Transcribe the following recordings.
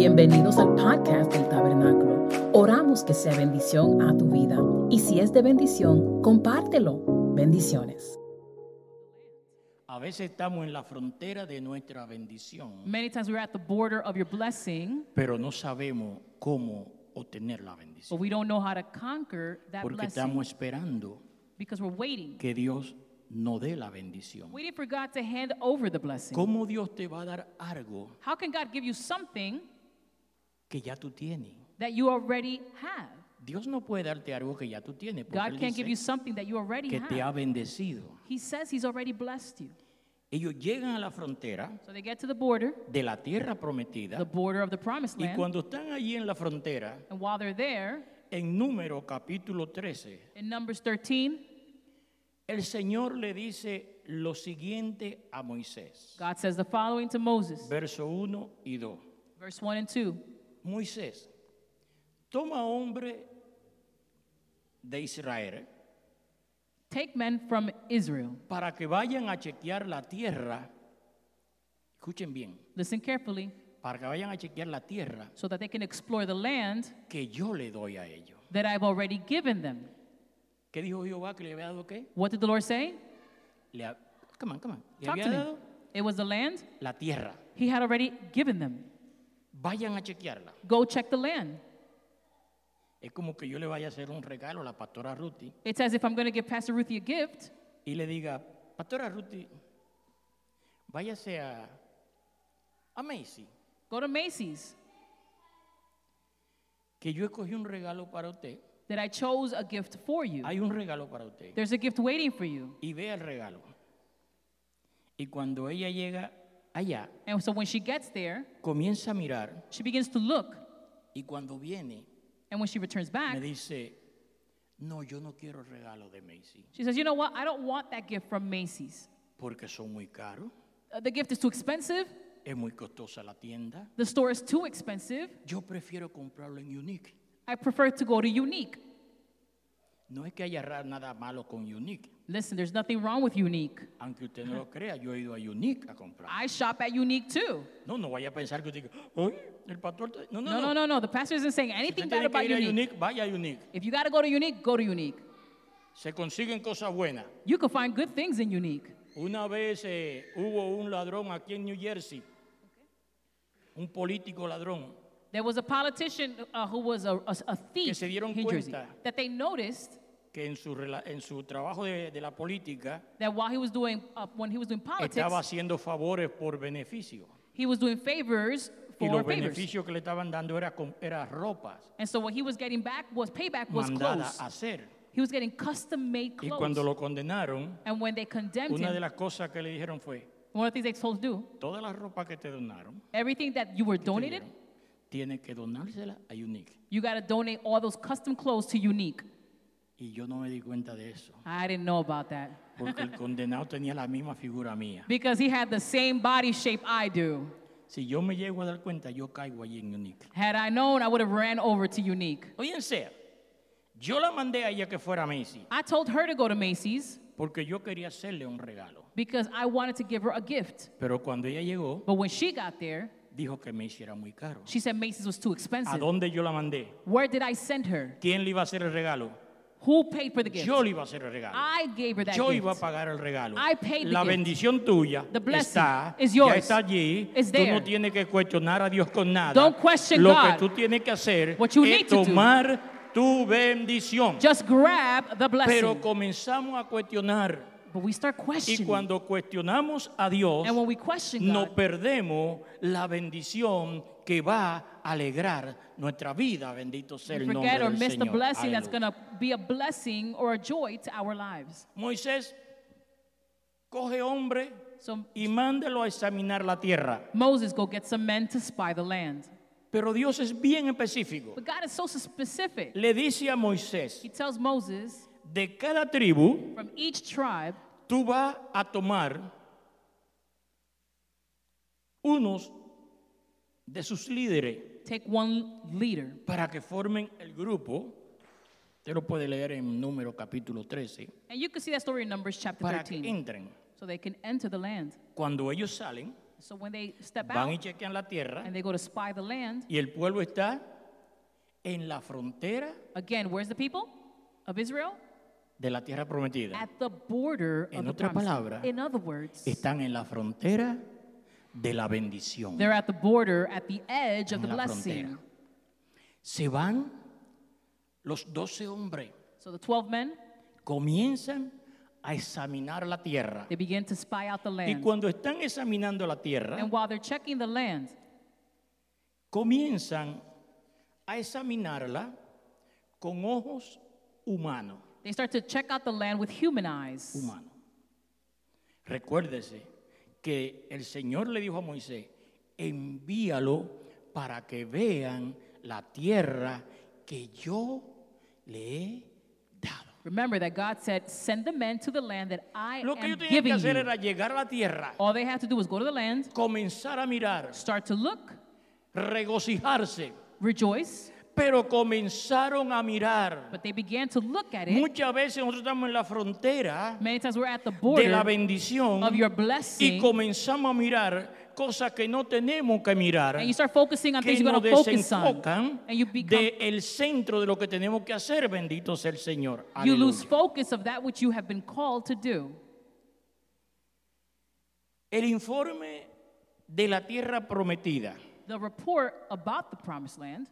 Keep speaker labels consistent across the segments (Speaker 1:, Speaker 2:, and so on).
Speaker 1: Bienvenidos al podcast del Tabernáculo. Oramos que sea bendición a tu vida y si es de bendición, compártelo. Bendiciones.
Speaker 2: A veces estamos en la frontera de nuestra bendición,
Speaker 3: Many times we're at the border of your blessing,
Speaker 2: pero no sabemos cómo obtener la bendición,
Speaker 3: but we don't know how to conquer that
Speaker 2: porque
Speaker 3: blessing
Speaker 2: estamos esperando
Speaker 3: because we're waiting.
Speaker 2: que Dios nos dé la bendición.
Speaker 3: Waiting for God to hand over the blessing.
Speaker 2: ¿Cómo Dios te va a dar algo
Speaker 3: How can God give you something
Speaker 2: que ya tú tienes?
Speaker 3: that you already have?
Speaker 2: Dios no puede darte algo que ya tú tienes, porque
Speaker 3: God
Speaker 2: Él
Speaker 3: can't give you
Speaker 2: dice
Speaker 3: something that you already
Speaker 2: que te ha
Speaker 3: have.
Speaker 2: bendecido.
Speaker 3: He says He's already blessed you.
Speaker 2: Ellos llegan a la frontera
Speaker 3: So they get to the border,
Speaker 2: de la tierra prometida
Speaker 3: the border of the promised
Speaker 2: y
Speaker 3: land,
Speaker 2: cuando están allí en la frontera,
Speaker 3: and while they're there,
Speaker 2: en número capítulo 13,
Speaker 3: in Numbers 13,
Speaker 2: El Señor le dice lo siguiente a Moisés,
Speaker 3: God says the following to Moses,
Speaker 2: verso 1 y 2.
Speaker 3: verse 1 and 2.
Speaker 2: Moisés, toma hombre de Israel
Speaker 3: Take men from Israel.
Speaker 2: para que vayan a chequear la tierra, escuchen bien,
Speaker 3: Listen carefully,
Speaker 2: para que vayan a chequear la tierra
Speaker 3: so that they can explore the land
Speaker 2: que yo le doy a ellos.
Speaker 3: that I've already given them.
Speaker 2: ¿Qué dijo Jehová que le había dado qué?
Speaker 3: What did the Lord say?
Speaker 2: Le, ha- come on, come on. Le
Speaker 3: Talk
Speaker 2: había
Speaker 3: to me.
Speaker 2: dado
Speaker 3: It was the land
Speaker 2: la tierra.
Speaker 3: He had already given them.
Speaker 2: Vayan a chequearla.
Speaker 3: Go check the land.
Speaker 2: Es como que yo le vaya a hacer un regalo a la pastora Ruti
Speaker 3: It's as if I'm going to give Pastor Ruthie a gift,
Speaker 2: y le diga, Pastora Ruti, váyase a, a Macy,
Speaker 3: go to Macy's,
Speaker 2: que yo escogí un regalo para usted.
Speaker 3: that I chose a gift for you.
Speaker 2: Hay un regalo para usted.
Speaker 3: There's a gift waiting for you.
Speaker 2: Y vea el regalo. Y cuando ella llega allá,
Speaker 3: And so when she gets there,
Speaker 2: comienza a mirar
Speaker 3: she begins to look.
Speaker 2: y cuando viene
Speaker 3: And when she returns
Speaker 2: me
Speaker 3: back,
Speaker 2: dice, no, yo no quiero el regalo de Macy
Speaker 3: she says, You know what? I don't want that gift from Macy's.
Speaker 2: porque son muy caros,
Speaker 3: Uh, The gift is too expensive.
Speaker 2: es muy costosa la tienda.
Speaker 3: The store is too expensive.
Speaker 2: Yo prefiero comprarlo en Unique.
Speaker 3: I prefer to go to Unique.
Speaker 2: No es que haya ra- nada malo con Unique,
Speaker 3: Listen, there's nothing wrong with Unique.
Speaker 2: aunque usted no lo crea, yo he ido a Unique a comprar.
Speaker 3: I shop at Unique too.
Speaker 2: No, no vaya a pensar que usted diga, "Ay, el pastor. te-". No, no,
Speaker 3: No, no, no, no. The pastor isn't saying
Speaker 2: Usted
Speaker 3: anything bad
Speaker 2: tiene que
Speaker 3: about
Speaker 2: ir a
Speaker 3: Unique.
Speaker 2: Unique, vaya a Unique.
Speaker 3: If you got to go to Unique, go to Unique.
Speaker 2: Se consiguen cosas buenas.
Speaker 3: You can find good things in Unique.
Speaker 2: Una vez eh, hubo un ladrón aquí en New Jersey, un político ladrón,
Speaker 3: There was a politician uh, who was a, a, a
Speaker 2: Que
Speaker 3: thief
Speaker 2: se dieron
Speaker 3: in Jersey
Speaker 2: cuenta.
Speaker 3: that they noticed
Speaker 2: que en su, rela- en su trabajo de, de la política
Speaker 3: that while he was doing uh, when he was doing politics,
Speaker 2: estaba haciendo favores por beneficio.
Speaker 3: he was doing favors
Speaker 2: Y
Speaker 3: for
Speaker 2: los
Speaker 3: favors.
Speaker 2: beneficios que le estaban dando era, com- era ropas
Speaker 3: And so what he was getting back was payback was
Speaker 2: mandadas
Speaker 3: clothes.
Speaker 2: a hacer.
Speaker 3: He was getting custom made
Speaker 2: Y
Speaker 3: clothes.
Speaker 2: cuando lo condenaron,
Speaker 3: and when they condemned
Speaker 2: una de
Speaker 3: him,
Speaker 2: las cosas que le dijeron fue,
Speaker 3: one of the things they told him to do,
Speaker 2: todas las ropas que te donaron,
Speaker 3: everything that you were donated,
Speaker 2: Tienes tiene que donársela a Unique.
Speaker 3: you got to donate all those custom clothes to Unique.
Speaker 2: Y yo no me di cuenta de eso,
Speaker 3: I didn't know about that
Speaker 2: porque el condenado tenía la misma figura mía.
Speaker 3: because he had the same body shape I do.
Speaker 2: Si yo me llego a dar cuenta, yo caigo allí en Unique.
Speaker 3: Had I known, I would have ran over to Unique.
Speaker 2: Óyense, yo la mandé a ella que fuera a Macy,
Speaker 3: I told her to go to Macy's
Speaker 2: porque yo quería hacerle un regalo.
Speaker 3: because I wanted to give her a gift.
Speaker 2: Pero cuando ella llegó,
Speaker 3: But when she got there,
Speaker 2: dijo que Macy era muy caro.
Speaker 3: she said Macy's was too
Speaker 2: ¿A
Speaker 3: expensive.
Speaker 2: dónde yo la mandé?
Speaker 3: Where did I send her?
Speaker 2: ¿Quién le iba a hacer el regalo?
Speaker 3: Who paid for the gift?
Speaker 2: Yo le iba a hacer el regalo.
Speaker 3: I gave her Ah, that
Speaker 2: Yo
Speaker 3: gift.
Speaker 2: iba a pagar el regalo.
Speaker 3: I paid the
Speaker 2: la
Speaker 3: gift.
Speaker 2: bendición tuya
Speaker 3: The blessing
Speaker 2: está,
Speaker 3: is
Speaker 2: ya
Speaker 3: yours.
Speaker 2: está allí.
Speaker 3: It's
Speaker 2: Tú no
Speaker 3: there.
Speaker 2: tienes que cuestionar a Dios con nada.
Speaker 3: Don't question
Speaker 2: Lo
Speaker 3: God.
Speaker 2: que tú tienes que hacer
Speaker 3: What you
Speaker 2: es
Speaker 3: need to do.
Speaker 2: tomar tu bendición.
Speaker 3: Just grab the blessing.
Speaker 2: Pero comenzamos a cuestionar
Speaker 3: but we start
Speaker 2: y
Speaker 3: questioning.
Speaker 2: cuando cuestionamos a Dios,
Speaker 3: and when we question
Speaker 2: no
Speaker 3: God,
Speaker 2: perdemos la bendición que va a alegrar nuestra vida. Bendito sea el
Speaker 3: we
Speaker 2: nombre
Speaker 3: forget or
Speaker 2: del
Speaker 3: miss the
Speaker 2: Señor.
Speaker 3: blessing that's
Speaker 2: Aleluya.
Speaker 3: going to be a blessing or a joy to our lives.
Speaker 2: Moisés coge hombre
Speaker 3: So
Speaker 2: y mándalo a examinar la tierra.
Speaker 3: Moses, go get some men to spy the land.
Speaker 2: Pero Dios es bien específico.
Speaker 3: But God is so specific.
Speaker 2: Le dice a Moisés,
Speaker 3: He tells Moses,
Speaker 2: de cada tribu
Speaker 3: from each tribe,
Speaker 2: tú vas a tomar unos de sus líderes
Speaker 3: take one leader.
Speaker 2: para que formen el grupo. Usted lo puede leer en número capítulo 13.
Speaker 3: And you can see that story in Numbers chapter
Speaker 2: Para que
Speaker 3: 13.
Speaker 2: entren.
Speaker 3: So they can enter the land.
Speaker 2: Cuando ellos salen,
Speaker 3: So when they step
Speaker 2: Van y
Speaker 3: out
Speaker 2: chequean la tierra
Speaker 3: and they go to spy the land,
Speaker 2: y el pueblo está en la frontera
Speaker 3: again, where's the people of Israel?
Speaker 2: de la tierra prometida.
Speaker 3: At the border
Speaker 2: En
Speaker 3: of the
Speaker 2: otra
Speaker 3: promise.
Speaker 2: palabra,
Speaker 3: In other words,
Speaker 2: Están en la frontera de la bendición.
Speaker 3: they're at the border, at the edge of the
Speaker 2: En la
Speaker 3: blessing.
Speaker 2: frontera. Se van los doce hombres,
Speaker 3: So the 12 men,
Speaker 2: comienzan a examinar la tierra.
Speaker 3: they begin to spy out the
Speaker 2: Y
Speaker 3: land.
Speaker 2: cuando están examinando la tierra,
Speaker 3: And while they're checking the land,
Speaker 2: comienzan a examinarla con ojos humanos.
Speaker 3: they start to check out the land with human eyes.
Speaker 2: humano. Recuérdese que el Señor le dijo a Moisés, envíalo para que vean la tierra que yo le he dado.
Speaker 3: Remember that God said, Send the men to the land that I
Speaker 2: Lo que
Speaker 3: am
Speaker 2: yo tenía que
Speaker 3: giving
Speaker 2: hacer
Speaker 3: you.
Speaker 2: era llegar a la tierra,
Speaker 3: All they had to do was go to the land,
Speaker 2: comenzar a mirar,
Speaker 3: start to look,
Speaker 2: regocijarse,
Speaker 3: rejoice,
Speaker 2: pero comenzaron a mirar.
Speaker 3: but they began to look at it.
Speaker 2: Muchas veces nosotros estamos en la frontera
Speaker 3: Many times we're at the
Speaker 2: de la
Speaker 3: border
Speaker 2: bendición
Speaker 3: of your
Speaker 2: y
Speaker 3: blessing,
Speaker 2: comenzamos a mirar cosas que no tenemos que mirar.
Speaker 3: and you start focusing on things
Speaker 2: que
Speaker 3: you're
Speaker 2: nos
Speaker 3: going to focus on,
Speaker 2: desenfocan
Speaker 3: and you become
Speaker 2: del centro de lo que tenemos que hacer, bendito sea el Señor.
Speaker 3: you lose
Speaker 2: Aleluya.
Speaker 3: focus of that which you have been called to do.
Speaker 2: El informe de la tierra prometida
Speaker 3: The report about the promised land,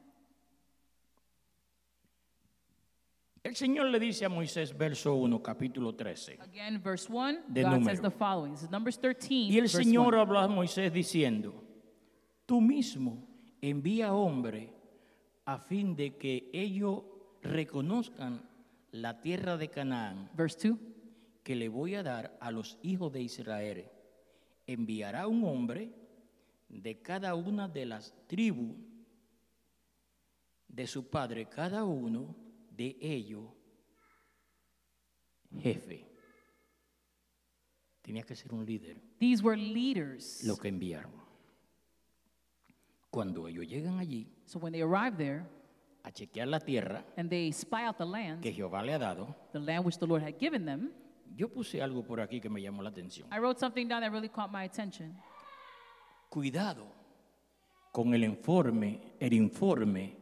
Speaker 2: El Señor le dice a Moisés, verso 1, capítulo 13.
Speaker 3: again, verse one,
Speaker 2: De
Speaker 3: God
Speaker 2: número.
Speaker 3: says the following. This is Numbers 13.
Speaker 2: Y el
Speaker 3: verse
Speaker 2: Señor
Speaker 3: 1.
Speaker 2: habló a Moisés diciendo, tú mismo envía hombre a fin de que ellos reconozcan la tierra de Canaán
Speaker 3: verse two.
Speaker 2: que le voy a dar a los hijos de Israel. Enviará un hombre de cada una de las tribus de su padre, cada uno de ellos jefe. Tenía que ser un líder
Speaker 3: These were leaders.
Speaker 2: lo que enviaron. Cuando ellos llegan allí
Speaker 3: So when they arrive there
Speaker 2: a chequear la tierra
Speaker 3: and they spy out the land,
Speaker 2: que Jehová le ha dado,
Speaker 3: the land which the Lord had given them,
Speaker 2: yo puse algo por aquí que me llamó la atención.
Speaker 3: I wrote something down that really caught my attention.
Speaker 2: cuidado con el informe, el informe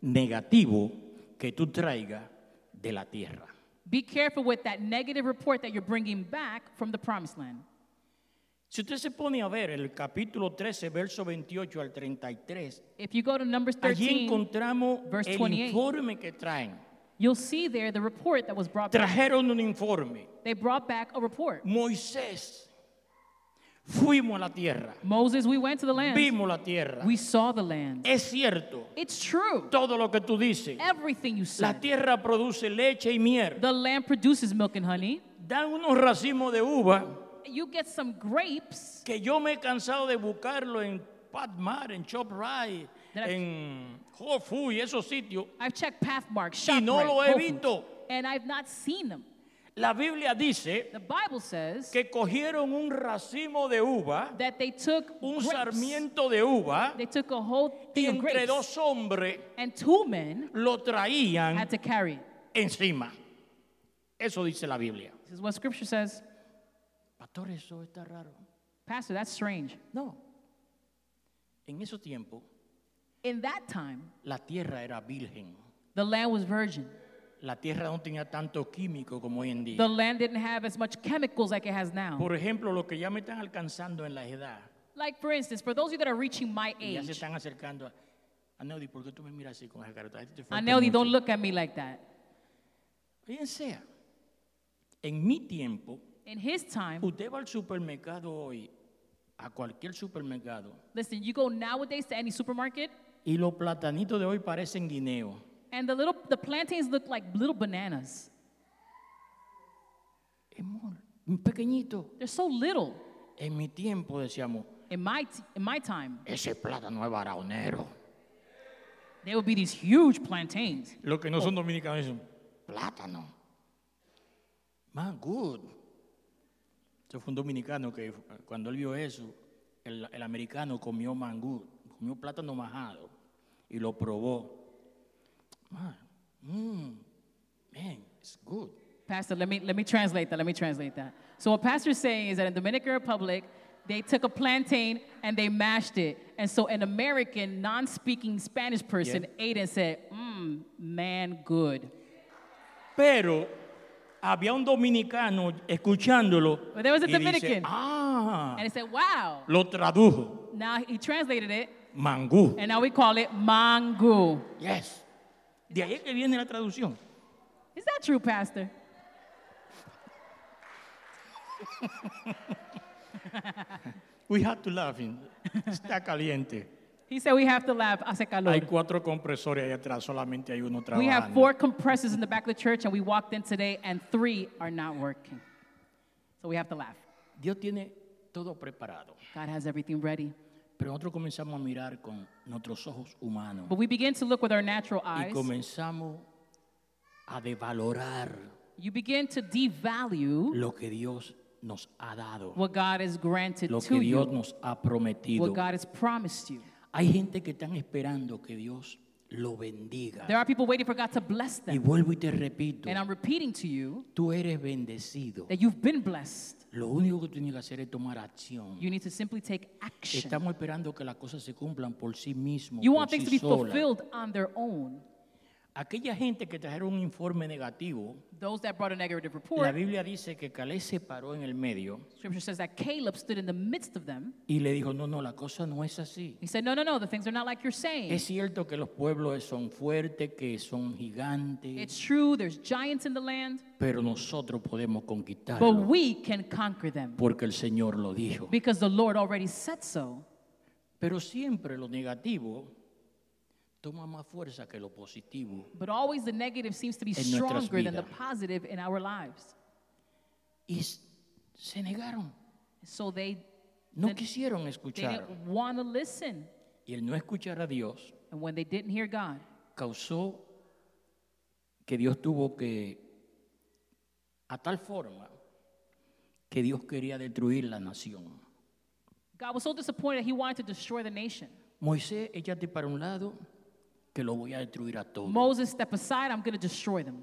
Speaker 2: negativo que tú traigas de la tierra.
Speaker 3: Be careful with that negative report that you're bringing back from the promised land.
Speaker 2: Si usted se pone a ver el capítulo 13, verso 28 al 33,
Speaker 3: If you go to Numbers 13,
Speaker 2: allí encontramos
Speaker 3: verse
Speaker 2: el
Speaker 3: 28.
Speaker 2: informe que traen.
Speaker 3: you'll see there the report that was brought back.
Speaker 2: Trajeron un informe.
Speaker 3: They brought back a report.
Speaker 2: Moisés, fuimos a la tierra,
Speaker 3: Moses, we went to the land.
Speaker 2: vimos la tierra.
Speaker 3: We saw the land.
Speaker 2: Es cierto
Speaker 3: It's true.
Speaker 2: todo lo que tú dices.
Speaker 3: Everything you
Speaker 2: La
Speaker 3: said.
Speaker 2: tierra produce leche y miel.
Speaker 3: The land produces milk and honey.
Speaker 2: Dan unos racimos de uva
Speaker 3: You get some grapes.
Speaker 2: que yo me he cansado de buscarlo en Padmar, en ShopRite,
Speaker 3: That I-
Speaker 2: en Whole Foods y esos sitios.
Speaker 3: I've checked Pathmark,
Speaker 2: Y
Speaker 3: ShopRite,
Speaker 2: no lo he
Speaker 3: Whole Foods,
Speaker 2: visto.
Speaker 3: and I've not seen them.
Speaker 2: La Biblia dice
Speaker 3: The Bible says
Speaker 2: que cogieron un racimo de uva,
Speaker 3: that they took
Speaker 2: un
Speaker 3: grapes.
Speaker 2: sarmiento de uva,
Speaker 3: They took a whole
Speaker 2: y
Speaker 3: thing of
Speaker 2: entre
Speaker 3: grapes.
Speaker 2: dos hombres
Speaker 3: And two men
Speaker 2: lo traían
Speaker 3: had to carry it.
Speaker 2: encima. Eso dice la Biblia.
Speaker 3: This is what scripture says.
Speaker 2: Pastor, eso está raro.
Speaker 3: Pastor, that's strange.
Speaker 2: No. En esos tiempos,
Speaker 3: In that time,
Speaker 2: la tierra era virgen.
Speaker 3: the land was virgin.
Speaker 2: La tierra no tenía tanto químico como hoy en día.
Speaker 3: The land didn't have as much chemicals like it has now.
Speaker 2: Por ejemplo, los que ya me están alcanzando en la edad
Speaker 3: Like, for instance, for those of you that are reaching my
Speaker 2: y ya se
Speaker 3: age,
Speaker 2: están acercando a. Aneldi, ¿por qué tú me miras así con esa carota? Este fue el
Speaker 3: Aneldi, don't
Speaker 2: penúltimo.
Speaker 3: look at me like that.
Speaker 2: Bien sea, en mi tiempo,
Speaker 3: In his time,
Speaker 2: usted va al supermercado hoy, a cualquier supermercado,
Speaker 3: listen, you go nowadays to any supermarket,
Speaker 2: y los platanitos de hoy parecen guineo.
Speaker 3: and the little the plantains look like little bananas.
Speaker 2: Es mol- un pequeñito.
Speaker 3: They're so little.
Speaker 2: En mi tiempo decíamos,
Speaker 3: In my t- in my time,
Speaker 2: ese plátano es varaonero.
Speaker 3: there would be these huge plantains.
Speaker 2: Los que no
Speaker 3: Oh.
Speaker 2: son dominicanos dicen, plátano. Man, good. Eso fue un dominicano que eh, cuando él vio eso, el, el americano comió mangú, comió plátano majado y lo probó. Man, mm, man, it's good.
Speaker 3: Pastor, let me let me translate that. Let me translate that. So what Pastor's saying is that in Dominican Republic, They took a plantain and they mashed it. And so an American, non speaking Spanish person
Speaker 2: Yeah.
Speaker 3: ate and said, Mmm, man, good.
Speaker 2: Pero había un dominicano escuchándolo.
Speaker 3: But there was a
Speaker 2: y dice,
Speaker 3: Dominican.
Speaker 2: ah,
Speaker 3: And they said, Wow.
Speaker 2: lo tradujo.
Speaker 3: Now he translated it,
Speaker 2: Mangú.
Speaker 3: and now we call it mango.
Speaker 2: Yes. De ahí es que viene la traducción.
Speaker 3: Is that true, Pastor?
Speaker 2: We had to laugh. in- Está caliente.
Speaker 3: He said we have to laugh. Hace calor.
Speaker 2: Hay cuatro compresores ahí atrás, solamente hay uno
Speaker 3: we have
Speaker 2: trabajando.
Speaker 3: four compressors in the back of the church, and we walked in today, and three are not working. So we have to laugh.
Speaker 2: Dios tiene todo preparado.
Speaker 3: God has everything ready.
Speaker 2: Pero nosotros comenzamos a mirar con nuestros ojos humanos
Speaker 3: But we begin to look with our natural
Speaker 2: y
Speaker 3: eyes.
Speaker 2: comenzamos a devalorar
Speaker 3: You begin to devalue
Speaker 2: lo que Dios nos ha dado,
Speaker 3: what God has granted
Speaker 2: lo que
Speaker 3: to
Speaker 2: Dios
Speaker 3: you,
Speaker 2: nos ha prometido.
Speaker 3: what God has promised you.
Speaker 2: Hay gente que están esperando que Dios lo bendiga.
Speaker 3: There are people waiting for God to bless
Speaker 2: Y
Speaker 3: them.
Speaker 2: vuelvo y te repito,
Speaker 3: And I'm repeating to you
Speaker 2: tú eres bendecido.
Speaker 3: that you've been blessed.
Speaker 2: Lo único que tú tienes que hacer es tomar acción.
Speaker 3: You need to simply take action.
Speaker 2: Estamos esperando que las cosas se cumplan por sí mismos.
Speaker 3: You
Speaker 2: por
Speaker 3: want things to
Speaker 2: sí
Speaker 3: be
Speaker 2: solas.
Speaker 3: fulfilled on their own.
Speaker 2: Aquella gente que trajeron un informe negativo,
Speaker 3: Those that brought a negative
Speaker 2: la
Speaker 3: report,
Speaker 2: Biblia dice que Calé se paró en el medio
Speaker 3: scripture says that Caleb stood in the midst of them.
Speaker 2: y le dijo, no, no, la cosa no es así.
Speaker 3: He said, No, no, no, the things are not like you're saying.
Speaker 2: Es cierto que los pueblos son fuertes, que son gigantes,
Speaker 3: It's true, there's giants in the land,
Speaker 2: pero nosotros podemos
Speaker 3: but
Speaker 2: conquistarlos
Speaker 3: we can conquer them
Speaker 2: porque el Señor lo dijo.
Speaker 3: because the Lord already said so.
Speaker 2: Pero siempre lo negativo toma más fuerza que lo positivo.
Speaker 3: But always the negative seems to be
Speaker 2: En nuestras
Speaker 3: stronger than the
Speaker 2: vidas.
Speaker 3: positive in our lives.
Speaker 2: Y s- se negaron,
Speaker 3: So they,
Speaker 2: no
Speaker 3: Then-
Speaker 2: quisieron
Speaker 3: they
Speaker 2: escuchar.
Speaker 3: didn't want to listen.
Speaker 2: Y el no escuchar a Dios
Speaker 3: And when they didn't hear God,
Speaker 2: causó que Dios tuvo que, a tal forma, que Dios quería destruir la nación.
Speaker 3: God was so disappointed he wanted to destroy the nation.
Speaker 2: Moisés, échate para un lado, que lo voy a destruir a todos.
Speaker 3: Moses, step aside, I'm going to destroy them.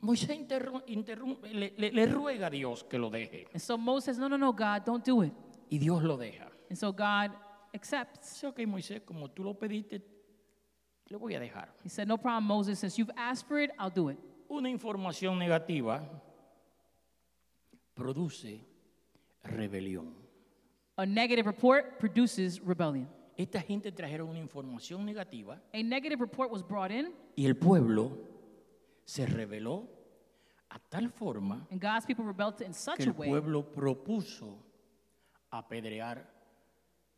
Speaker 2: Moisés interru- interrum- le, le- le ruega a Dios que lo deje.
Speaker 3: And so Moses says, No, no, no, God, don't do it.
Speaker 2: Y Dios lo deja.
Speaker 3: And so God accepts.
Speaker 2: Dice, ok, Moisés, como tú lo pediste, le voy a dejar.
Speaker 3: He said, No problem, Moses. Since you've asked for it, I'll do it.
Speaker 2: Una información negativa produce rebelión.
Speaker 3: A negative report produces rebellion.
Speaker 2: Esta gente trajeron una información negativa
Speaker 3: A negative report was brought in,
Speaker 2: y el pueblo se rebeló a tal forma
Speaker 3: and God's people rebelled in such
Speaker 2: que
Speaker 3: a
Speaker 2: el
Speaker 3: way
Speaker 2: pueblo propuso apedrear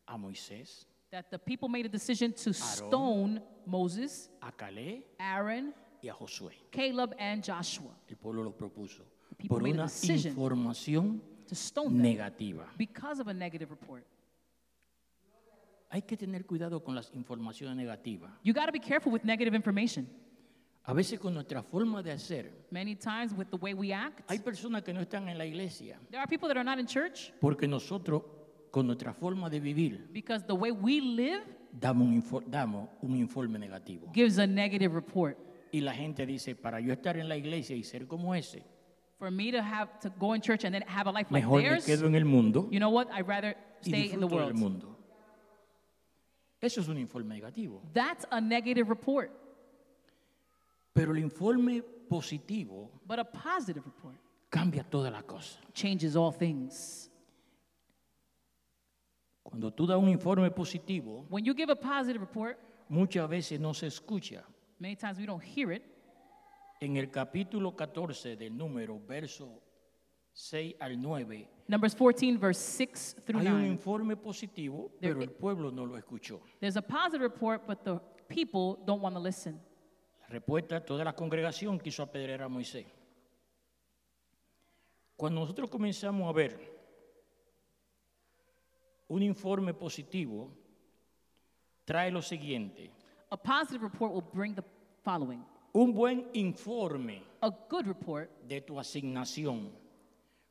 Speaker 2: a Moisés,
Speaker 3: that the people made a decision to stone Moses,
Speaker 2: a Calé
Speaker 3: Aaron,
Speaker 2: y a Josué.
Speaker 3: Caleb, and Joshua
Speaker 2: El pueblo lo propuso
Speaker 3: people
Speaker 2: por
Speaker 3: made a
Speaker 2: una
Speaker 3: decision
Speaker 2: información
Speaker 3: to stone them
Speaker 2: negativa.
Speaker 3: because of a negative report.
Speaker 2: Hay que tener cuidado con las informaciones negativas.
Speaker 3: You got to be careful with negative information.
Speaker 2: A veces con nuestra forma de hacer.
Speaker 3: Many times, with the way we act,
Speaker 2: Hay personas que no están en la iglesia
Speaker 3: there are people that are not in church
Speaker 2: porque nosotros con nuestra forma de vivir
Speaker 3: because the way we live
Speaker 2: damos un, info- damos un informe negativo.
Speaker 3: gives a negative report.
Speaker 2: Y la gente dice, para yo estar en la iglesia y ser como ese,
Speaker 3: For me to have to go in church and then have a life like
Speaker 2: mejor me
Speaker 3: theirs,
Speaker 2: quedo en el mundo
Speaker 3: you know what? I'd rather
Speaker 2: y
Speaker 3: stay in the
Speaker 2: disfruto del
Speaker 3: world.
Speaker 2: mundo. Eso es un informe negativo.
Speaker 3: That's a negative report,
Speaker 2: Pero el informe positivo
Speaker 3: but a positive report
Speaker 2: cambia toda la cosa.
Speaker 3: changes all things.
Speaker 2: Cuando tú das un informe positivo,
Speaker 3: When you give a positive report,
Speaker 2: muchas veces no se escucha.
Speaker 3: many times we don't hear it.
Speaker 2: En el capítulo 14 del número, verso 6 al 9,
Speaker 3: Numbers 14, verse 6 through
Speaker 2: hay un
Speaker 3: 9.
Speaker 2: informe positivo,
Speaker 3: There-
Speaker 2: pero el pueblo no lo escuchó.
Speaker 3: There's a positive report, but the people don't want to listen.
Speaker 2: La respuesta, toda la congregación quiso apedrear a Moisés. Cuando nosotros comenzamos a ver un informe positivo, trae lo siguiente.
Speaker 3: A positive report will bring the following
Speaker 2: Un buen informe
Speaker 3: a good report
Speaker 2: de tu asignación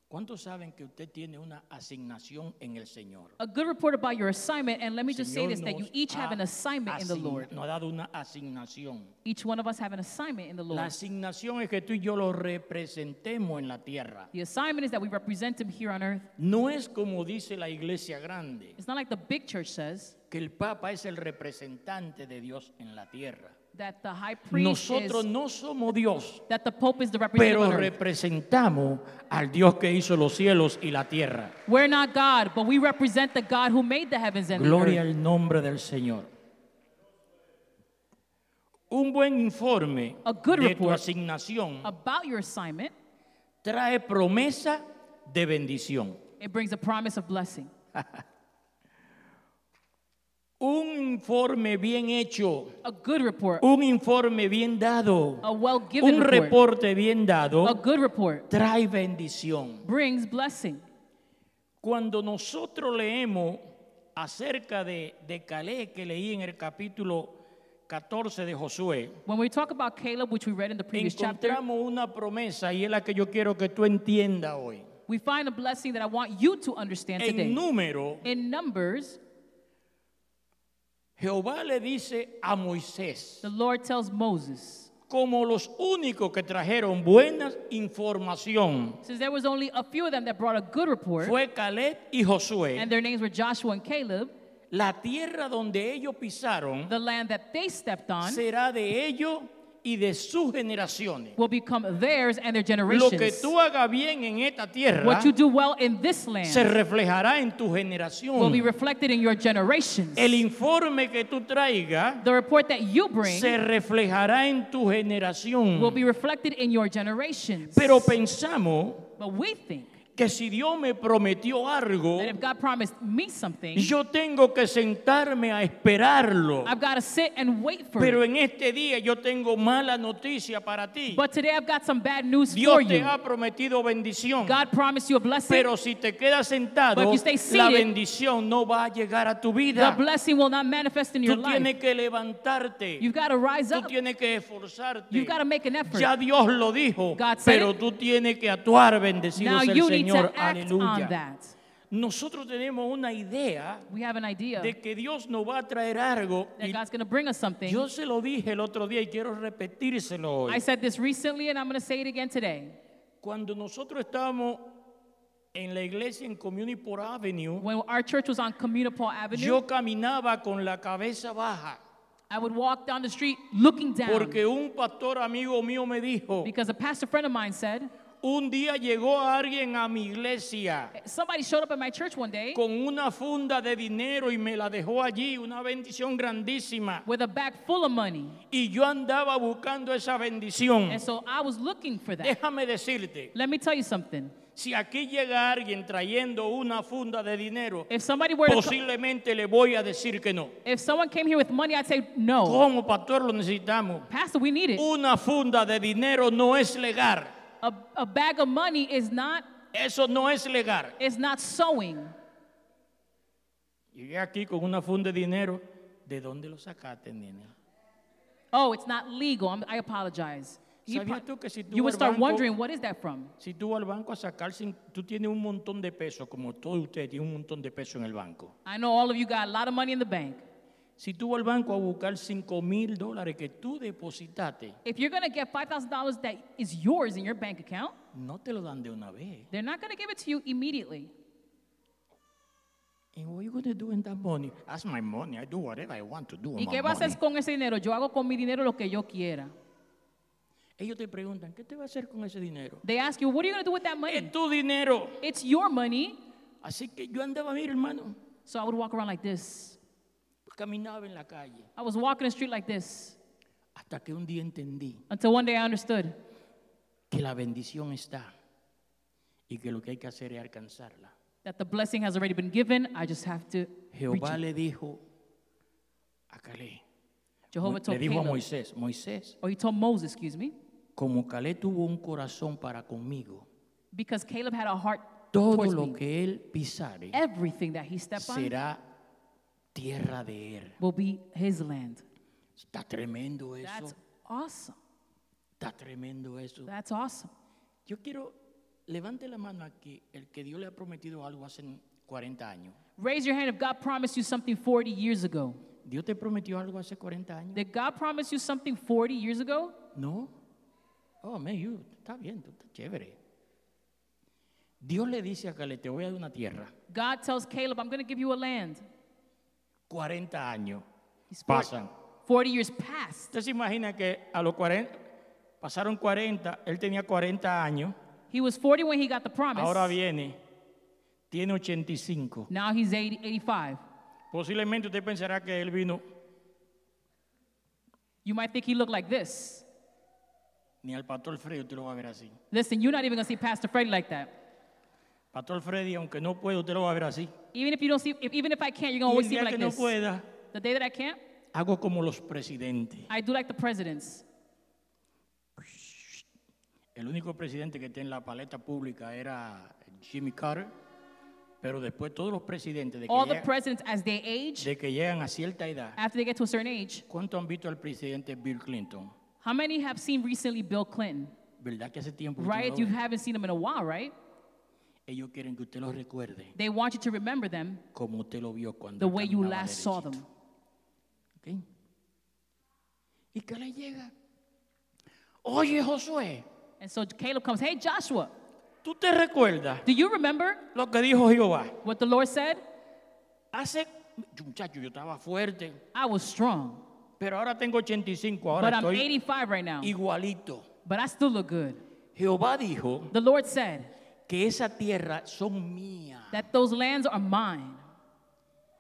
Speaker 2: ¿Cuántos saben que usted tiene una asignación en el Señor?
Speaker 3: A good report about your assignment, and let me just say
Speaker 2: Señor
Speaker 3: this that you
Speaker 2: nos
Speaker 3: each have
Speaker 2: ha
Speaker 3: an assignment in the
Speaker 2: asigna-
Speaker 3: Lord.
Speaker 2: Nos ha dado una asignación.
Speaker 3: Each one of us have an assignment in the
Speaker 2: La
Speaker 3: Lord.
Speaker 2: asignación es que tú y yo lo representemos en la tierra.
Speaker 3: The assignment is that we represent Him here on earth.
Speaker 2: No es como dice la iglesia grande,
Speaker 3: It's not like the big church says
Speaker 2: que el Papa es el representante de Dios en la tierra.
Speaker 3: that the high priest
Speaker 2: Nosotros
Speaker 3: is,
Speaker 2: no somos Dios,
Speaker 3: that the Pope is the representative.
Speaker 2: pero
Speaker 3: on earth.
Speaker 2: representamos al Dios que hizo los cielos y la tierra.
Speaker 3: We're not God, but we represent the God who made the heavens and
Speaker 2: Gloria
Speaker 3: the earth.
Speaker 2: al nombre del Señor. Un buen informe
Speaker 3: A good
Speaker 2: de tu
Speaker 3: report.
Speaker 2: asignación
Speaker 3: About your assignment,
Speaker 2: trae promesa de bendición.
Speaker 3: it brings a promise of blessing.
Speaker 2: Un informe bien hecho,
Speaker 3: A good report,
Speaker 2: un informe bien dado,
Speaker 3: a well given
Speaker 2: un
Speaker 3: report,
Speaker 2: reporte bien
Speaker 3: a
Speaker 2: dado
Speaker 3: good report
Speaker 2: trae bendición.
Speaker 3: brings blessing.
Speaker 2: Cuando nosotros leemos acerca de, de Calé que leí en el capítulo 14 de Josué,
Speaker 3: When we talk about Caleb, which we read in the previous chapter,
Speaker 2: encontramos una promesa y es la que yo quiero que tú entiendas hoy.
Speaker 3: we find a blessing that I want you to understand
Speaker 2: En
Speaker 3: today.
Speaker 2: número,
Speaker 3: In Numbers,
Speaker 2: Jehová le dice a Moisés,
Speaker 3: the Lord tells Moses,
Speaker 2: como los únicos que trajeron buena información,
Speaker 3: since there was only a few of them that brought a good report,
Speaker 2: fue Caleb y Josué,
Speaker 3: and their names were Joshua and Caleb,
Speaker 2: la tierra donde ellos pisaron
Speaker 3: the land that they stepped on
Speaker 2: será de ellos y de sus generaciones.
Speaker 3: will become theirs and their
Speaker 2: Lo que
Speaker 3: generations.
Speaker 2: tú hagas bien en esta tierra
Speaker 3: What you do well in this
Speaker 2: se
Speaker 3: land
Speaker 2: reflejará en tu
Speaker 3: will be
Speaker 2: generación.
Speaker 3: reflected in your generations.
Speaker 2: El informe que tú traigas
Speaker 3: The report that you
Speaker 2: se
Speaker 3: bring
Speaker 2: reflejará en tu
Speaker 3: will
Speaker 2: generación.
Speaker 3: be reflected in your generations.
Speaker 2: Pero pensamos
Speaker 3: But we think
Speaker 2: que si Dios me prometió algo,
Speaker 3: that if God promised me something,
Speaker 2: yo tengo que sentarme a esperarlo.
Speaker 3: I've got to sit and wait for
Speaker 2: Pero
Speaker 3: it.
Speaker 2: en este día yo tengo mala noticia para ti.
Speaker 3: But today I've got some bad news
Speaker 2: Dios
Speaker 3: for
Speaker 2: te
Speaker 3: you.
Speaker 2: ha prometido bendición.
Speaker 3: God promised you a blessing.
Speaker 2: Pero si te quedas sentado,
Speaker 3: But if you stay
Speaker 2: la
Speaker 3: seated,
Speaker 2: bendición no va a llegar a tu
Speaker 3: The
Speaker 2: vida.
Speaker 3: blessing will not manifest in your
Speaker 2: Tú
Speaker 3: life.
Speaker 2: tienes que levantarte.
Speaker 3: You've got to rise
Speaker 2: Tú
Speaker 3: up.
Speaker 2: tienes que esforzarte.
Speaker 3: You've got to make an effort.
Speaker 2: Ya Dios lo dijo,
Speaker 3: God said
Speaker 2: pero
Speaker 3: it.
Speaker 2: tú tienes que actuar, bendecido
Speaker 3: Now
Speaker 2: es el
Speaker 3: you need
Speaker 2: Señor.
Speaker 3: to act on
Speaker 2: Aleluya.
Speaker 3: that.
Speaker 2: Nosotros tenemos una idea
Speaker 3: We have an idea
Speaker 2: de que Dios nos va a traer algo.
Speaker 3: that
Speaker 2: y
Speaker 3: God's going to bring us something.
Speaker 2: yo se lo dije el otro día y quiero repetírselo
Speaker 3: I
Speaker 2: hoy.
Speaker 3: said this recently, and I'm going to say it again today.
Speaker 2: Cuando nosotros estábamos en la iglesia en Community por Avenue,
Speaker 3: When our church was on Communipaw Avenue,
Speaker 2: yo caminaba con la cabeza baja
Speaker 3: I would walk down the street looking down
Speaker 2: porque un pastor amigo mío me dijo,
Speaker 3: because a pastor friend of mine said
Speaker 2: un día llegó alguien a mi iglesia
Speaker 3: somebody showed up at my church one day
Speaker 2: con una funda de dinero y me la dejó allí, una bendición grandísima.
Speaker 3: with a bag full of money,
Speaker 2: Y yo andaba buscando esa bendición.
Speaker 3: and so I was looking for that.
Speaker 2: Déjame decirte,
Speaker 3: Let me tell you something.
Speaker 2: si aquí llega alguien trayendo una funda de dinero,
Speaker 3: If somebody were to, co-
Speaker 2: posiblemente le voy a decir que no.
Speaker 3: if someone came here with money, I'd say no.
Speaker 2: Como pastor lo necesitamos.
Speaker 3: Pastor, we need it.
Speaker 2: Una funda de dinero no es legal.
Speaker 3: A, a bag of money is not
Speaker 2: Eso no es legal.
Speaker 3: is not sowing.
Speaker 2: Llegué aquí con una funda de dinero. ¿De dónde lo sacaste, nena?
Speaker 3: Oh, it's not legal. I'm, I apologize. He pro-
Speaker 2: ¿Sabías tú que si tú
Speaker 3: you would
Speaker 2: vas al
Speaker 3: start
Speaker 2: banco-
Speaker 3: wondering what is that from?
Speaker 2: Si tú vas al banco a sacar, cin- tú tienes un montón de pesos, como todos ustedes tienen un montón de pesos en el banco.
Speaker 3: I know all of you got a lot of money in the bank.
Speaker 2: Si tú vas al banco a buscar 5 mil dólares que tú depositaste,
Speaker 3: If you're gonna get five thousand dollars that is yours in your bank account,
Speaker 2: no te lo dan de una vez.
Speaker 3: they're not gonna give it to you immediately.
Speaker 2: And what you gonna do with that money? That's my money. I do whatever I want to do with
Speaker 3: ¿Y
Speaker 2: my
Speaker 3: qué vas a
Speaker 2: money.
Speaker 3: hacer con ese dinero? Yo hago con mi dinero lo que yo quiera.
Speaker 2: Ellos te preguntan, ¿qué te vas a hacer con ese dinero?
Speaker 3: They ask you, what are you gonna do with that money?
Speaker 2: Es tu dinero.
Speaker 3: It's your money.
Speaker 2: Así que yo andaba, mira, hermano,
Speaker 3: So I would walk around like this.
Speaker 2: caminaba en la calle
Speaker 3: I was walking the street like this
Speaker 2: hasta que un día entendí
Speaker 3: until one day I understood
Speaker 2: que la bendición está y que lo que hay que hacer es alcanzarla.
Speaker 3: that the blessing has already been given. I just have to reach
Speaker 2: Jehová
Speaker 3: it.
Speaker 2: le dijo a Calé,
Speaker 3: Jehovah
Speaker 2: le
Speaker 3: told
Speaker 2: dijo a
Speaker 3: Caleb,
Speaker 2: Moisés, Moisés,
Speaker 3: or he told Moses, excuse me,
Speaker 2: como Calé tuvo un corazón para conmigo,
Speaker 3: because Caleb had a heart
Speaker 2: todo
Speaker 3: towards
Speaker 2: lo
Speaker 3: me.
Speaker 2: que él pisare
Speaker 3: Everything that he stepped on
Speaker 2: será tierra de él.
Speaker 3: will be his land.
Speaker 2: Está tremendo eso,
Speaker 3: That's awesome.
Speaker 2: está tremendo eso.
Speaker 3: That's awesome.
Speaker 2: Yo quiero Levante la mano aquí el que Dios le ha prometido algo hace 40 años.
Speaker 3: Raise your hand if God promised you something 40 years ago.
Speaker 2: ¿Dios te prometió algo hace 40 años?
Speaker 3: Did God promise you something 40 years ago?
Speaker 2: No. Oh, man, you, está bien, tú estás chévere. Dios le dice a Caleb, te voy a dar una tierra.
Speaker 3: God tells Caleb, I'm going to give you a land.
Speaker 2: 40 años
Speaker 3: He's 40,
Speaker 2: pasan.
Speaker 3: 40 years passed.
Speaker 2: Pues, Usted se imagina que a los 40, pasaron 40, él tenía 40 años,
Speaker 3: He was 40 when he got the promise.
Speaker 2: ahora viene, tiene 85.
Speaker 3: Now he's 80, 85.
Speaker 2: Posiblemente usted pensará que él vino
Speaker 3: You might think he looked like this.
Speaker 2: ni al pastor Freddy, usted lo va a ver así.
Speaker 3: Listen, you're not even going to see Pastor Freddy like that.
Speaker 2: Pastor Freddy, aunque no pueda, usted lo va a ver así.
Speaker 3: Even if you don't see, if, even if I can't, you're going to
Speaker 2: Y
Speaker 3: always
Speaker 2: el
Speaker 3: see him
Speaker 2: día
Speaker 3: like
Speaker 2: que no
Speaker 3: this.
Speaker 2: pueda,
Speaker 3: The day that I can't,
Speaker 2: hago como los presidentes.
Speaker 3: I do like the presidents.
Speaker 2: El único presidente que tenía en la paleta pública era Jimmy Carter, pero después todos los presidentes de que,
Speaker 3: All the
Speaker 2: llegan-
Speaker 3: presidents, as they age,
Speaker 2: de que llegan a cierta edad,
Speaker 3: after they get to a certain age,
Speaker 2: ¿cuánto han visto al presidente Bill Clinton?
Speaker 3: how many have seen recently Bill Clinton?
Speaker 2: ¿Verdad que hace tiempo? usted
Speaker 3: Right?
Speaker 2: no
Speaker 3: You
Speaker 2: lo ve?
Speaker 3: haven't seen him in a while, right?
Speaker 2: Ellos quieren que usted los recuerde
Speaker 3: They want you to remember them
Speaker 2: como usted lo vio cuando
Speaker 3: the
Speaker 2: él
Speaker 3: way you
Speaker 2: caminaba
Speaker 3: last saw them.
Speaker 2: derechito. ¿Ok? ¿Y qué le llega? Oye, Josué,
Speaker 3: And so Caleb comes, Hey, Joshua,
Speaker 2: ¿tú te recuerdas
Speaker 3: do you remember
Speaker 2: lo que dijo Jehová?
Speaker 3: what the Lord said?
Speaker 2: Hace, muchacho, yo estaba fuerte,
Speaker 3: I was strong,
Speaker 2: pero ahora tengo 85, ahora
Speaker 3: but I'm
Speaker 2: estoy
Speaker 3: 85 right now,
Speaker 2: igualito.
Speaker 3: but I still look good.
Speaker 2: Jehová dijo
Speaker 3: The Lord said
Speaker 2: que esa tierra son mías.
Speaker 3: that those lands are mine.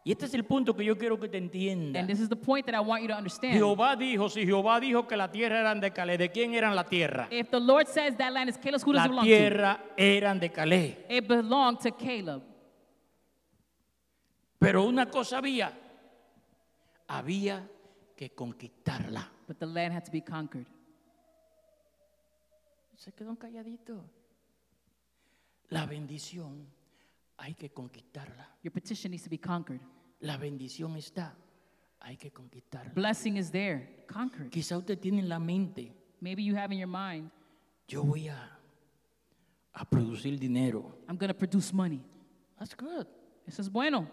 Speaker 2: Y este es el punto que yo quiero que te entiendas.
Speaker 3: And this is the point that I want you to understand.
Speaker 2: Jehová dijo, si Jehová dijo que la tierra eran de Caleb, ¿de quién eran la tierra?
Speaker 3: If the Lord says that land is Caleb's, who does it
Speaker 2: La
Speaker 3: belong to?
Speaker 2: tierra eran de Caleb.
Speaker 3: It belonged to Caleb.
Speaker 2: Pero una cosa había, había que conquistarla.
Speaker 3: But the land had to be conquered.
Speaker 2: Se quedó calladito. La bendición hay que conquistarla.
Speaker 3: Your petition needs to be conquered.
Speaker 2: La bendición está, hay que conquistarla.
Speaker 3: Blessing is there, conquered.
Speaker 2: Quizá usted tiene en la mente,
Speaker 3: Maybe you have in your mind,
Speaker 2: yo voy a, a producir dinero.
Speaker 3: I'm going to produce money.
Speaker 2: That's good.
Speaker 3: This is bueno.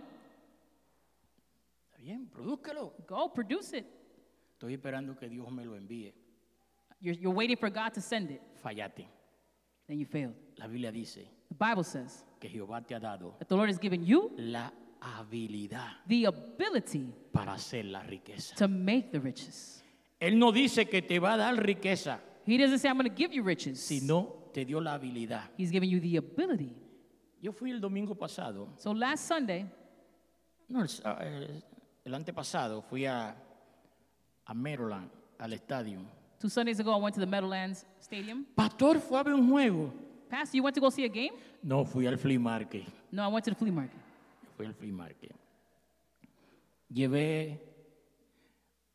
Speaker 2: Está bien, prodúzcalo.
Speaker 3: Go produce it.
Speaker 2: Estoy esperando que Dios me lo envíe.
Speaker 3: You're, you're waiting for God to send it.
Speaker 2: Fallate.
Speaker 3: Then you failed.
Speaker 2: La Biblia dice
Speaker 3: The Bible says
Speaker 2: que Jehová te ha dado
Speaker 3: that the Lord has given you
Speaker 2: la habilidad
Speaker 3: the ability
Speaker 2: para hacer la riqueza.
Speaker 3: to make the riches.
Speaker 2: Él no dice que te va a dar riqueza,
Speaker 3: He doesn't say, I'm going to give you riches.
Speaker 2: sino te dio la habilidad.
Speaker 3: He's giving you the ability.
Speaker 2: Yo fui el domingo pasado,
Speaker 3: So last Sunday,
Speaker 2: no, el, s- ah, el- el antepasado, fui a, a Maryland, al estadio.
Speaker 3: two Sundays ago, I went to the Meadowlands Stadium.
Speaker 2: Pastor, ¿fue a ver un juego?
Speaker 3: Pastor, you went to go see a game?
Speaker 2: No, fui al flea market.
Speaker 3: No, I went to the flea market.
Speaker 2: Fui al flea market. Llevé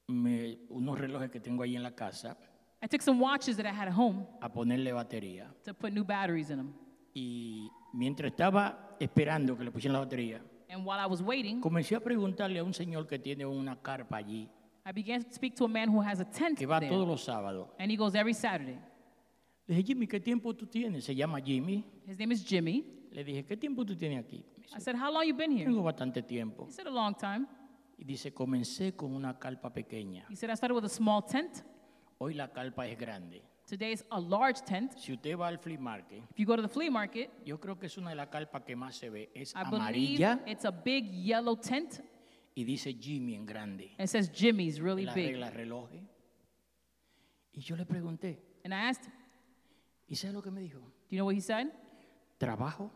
Speaker 2: me- unos relojes que tengo ahí en la casa
Speaker 3: I took some watches that I had at home
Speaker 2: a ponerle batería.
Speaker 3: to put new batteries in them.
Speaker 2: Y mientras estaba esperando que le pusieran la batería,
Speaker 3: And while I was waiting,
Speaker 2: comencé a preguntarle a un señor que tiene una carpa allí,
Speaker 3: I began to speak to a man who has a tent
Speaker 2: que va
Speaker 3: there.
Speaker 2: todos los sábados.
Speaker 3: And he goes every Saturday.
Speaker 2: Le dije, Jimmy, ¿qué tiempo tú tienes? Se llama Jimmy.
Speaker 3: His name is Jimmy.
Speaker 2: Le dije, ¿qué tiempo tú tienes aquí? Me dice,
Speaker 3: I said, How long you been here?
Speaker 2: Tengo bastante tiempo.
Speaker 3: He said, A long time.
Speaker 2: Y dice, comencé con una carpa pequeña.
Speaker 3: He said, I started with a small tent.
Speaker 2: Hoy la carpa es grande.
Speaker 3: Today it's a large tent.
Speaker 2: Si usted va al flea market,
Speaker 3: If you go to the flea market,
Speaker 2: yo creo que es una de las carpas que más se ve. Es
Speaker 3: I believe
Speaker 2: amarilla
Speaker 3: it's a big yellow tent.
Speaker 2: y dice Jimmy en grande.
Speaker 3: And it says Jimmy's really
Speaker 2: La
Speaker 3: big.
Speaker 2: regla relojes. Y yo le pregunté,
Speaker 3: And I asked, Do
Speaker 2: ¿y sabe lo que me dijo?
Speaker 3: you know what he said?
Speaker 2: trabajo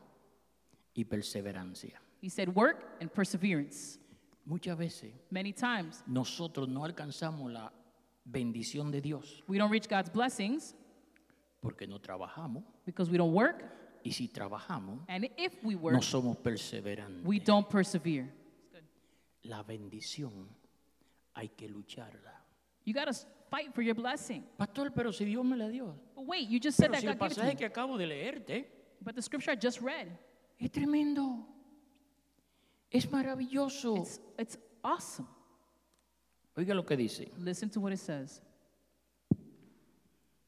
Speaker 2: y perseverancia.
Speaker 3: He said, Work and perseverance.
Speaker 2: Muchas veces
Speaker 3: Many times
Speaker 2: nosotros no alcanzamos la bendición de Dios
Speaker 3: we don't reach God's blessings
Speaker 2: porque no trabajamos
Speaker 3: because we don't work.
Speaker 2: y si trabajamos
Speaker 3: And if we
Speaker 2: no
Speaker 3: work,
Speaker 2: somos
Speaker 3: we
Speaker 2: perseverantes.
Speaker 3: don't persevere.
Speaker 2: La bendición hay que lucharla.
Speaker 3: You got to fight for your blessing.
Speaker 2: Pastor, pero si Dios me la dio.
Speaker 3: But wait, you just said
Speaker 2: Pero
Speaker 3: that
Speaker 2: si el
Speaker 3: God gave it
Speaker 2: pasaje
Speaker 3: to you.
Speaker 2: que acabo de leerte
Speaker 3: But the scripture I just read,
Speaker 2: es tremendo. Es maravilloso.
Speaker 3: it's, it's awesome.
Speaker 2: Oiga lo que dice.
Speaker 3: Listen to what it says.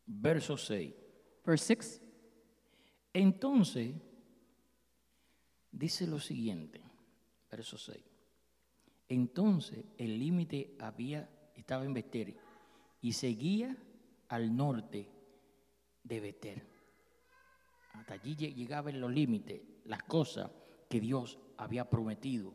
Speaker 2: Verso 6.
Speaker 3: Verse 6
Speaker 2: Entonces, dice lo siguiente, verso 6. Entonces el límite había, estaba en Beter y seguía al norte de Beter. Hasta allí lle- llegaban los límites, las cosas que Dios había prometido.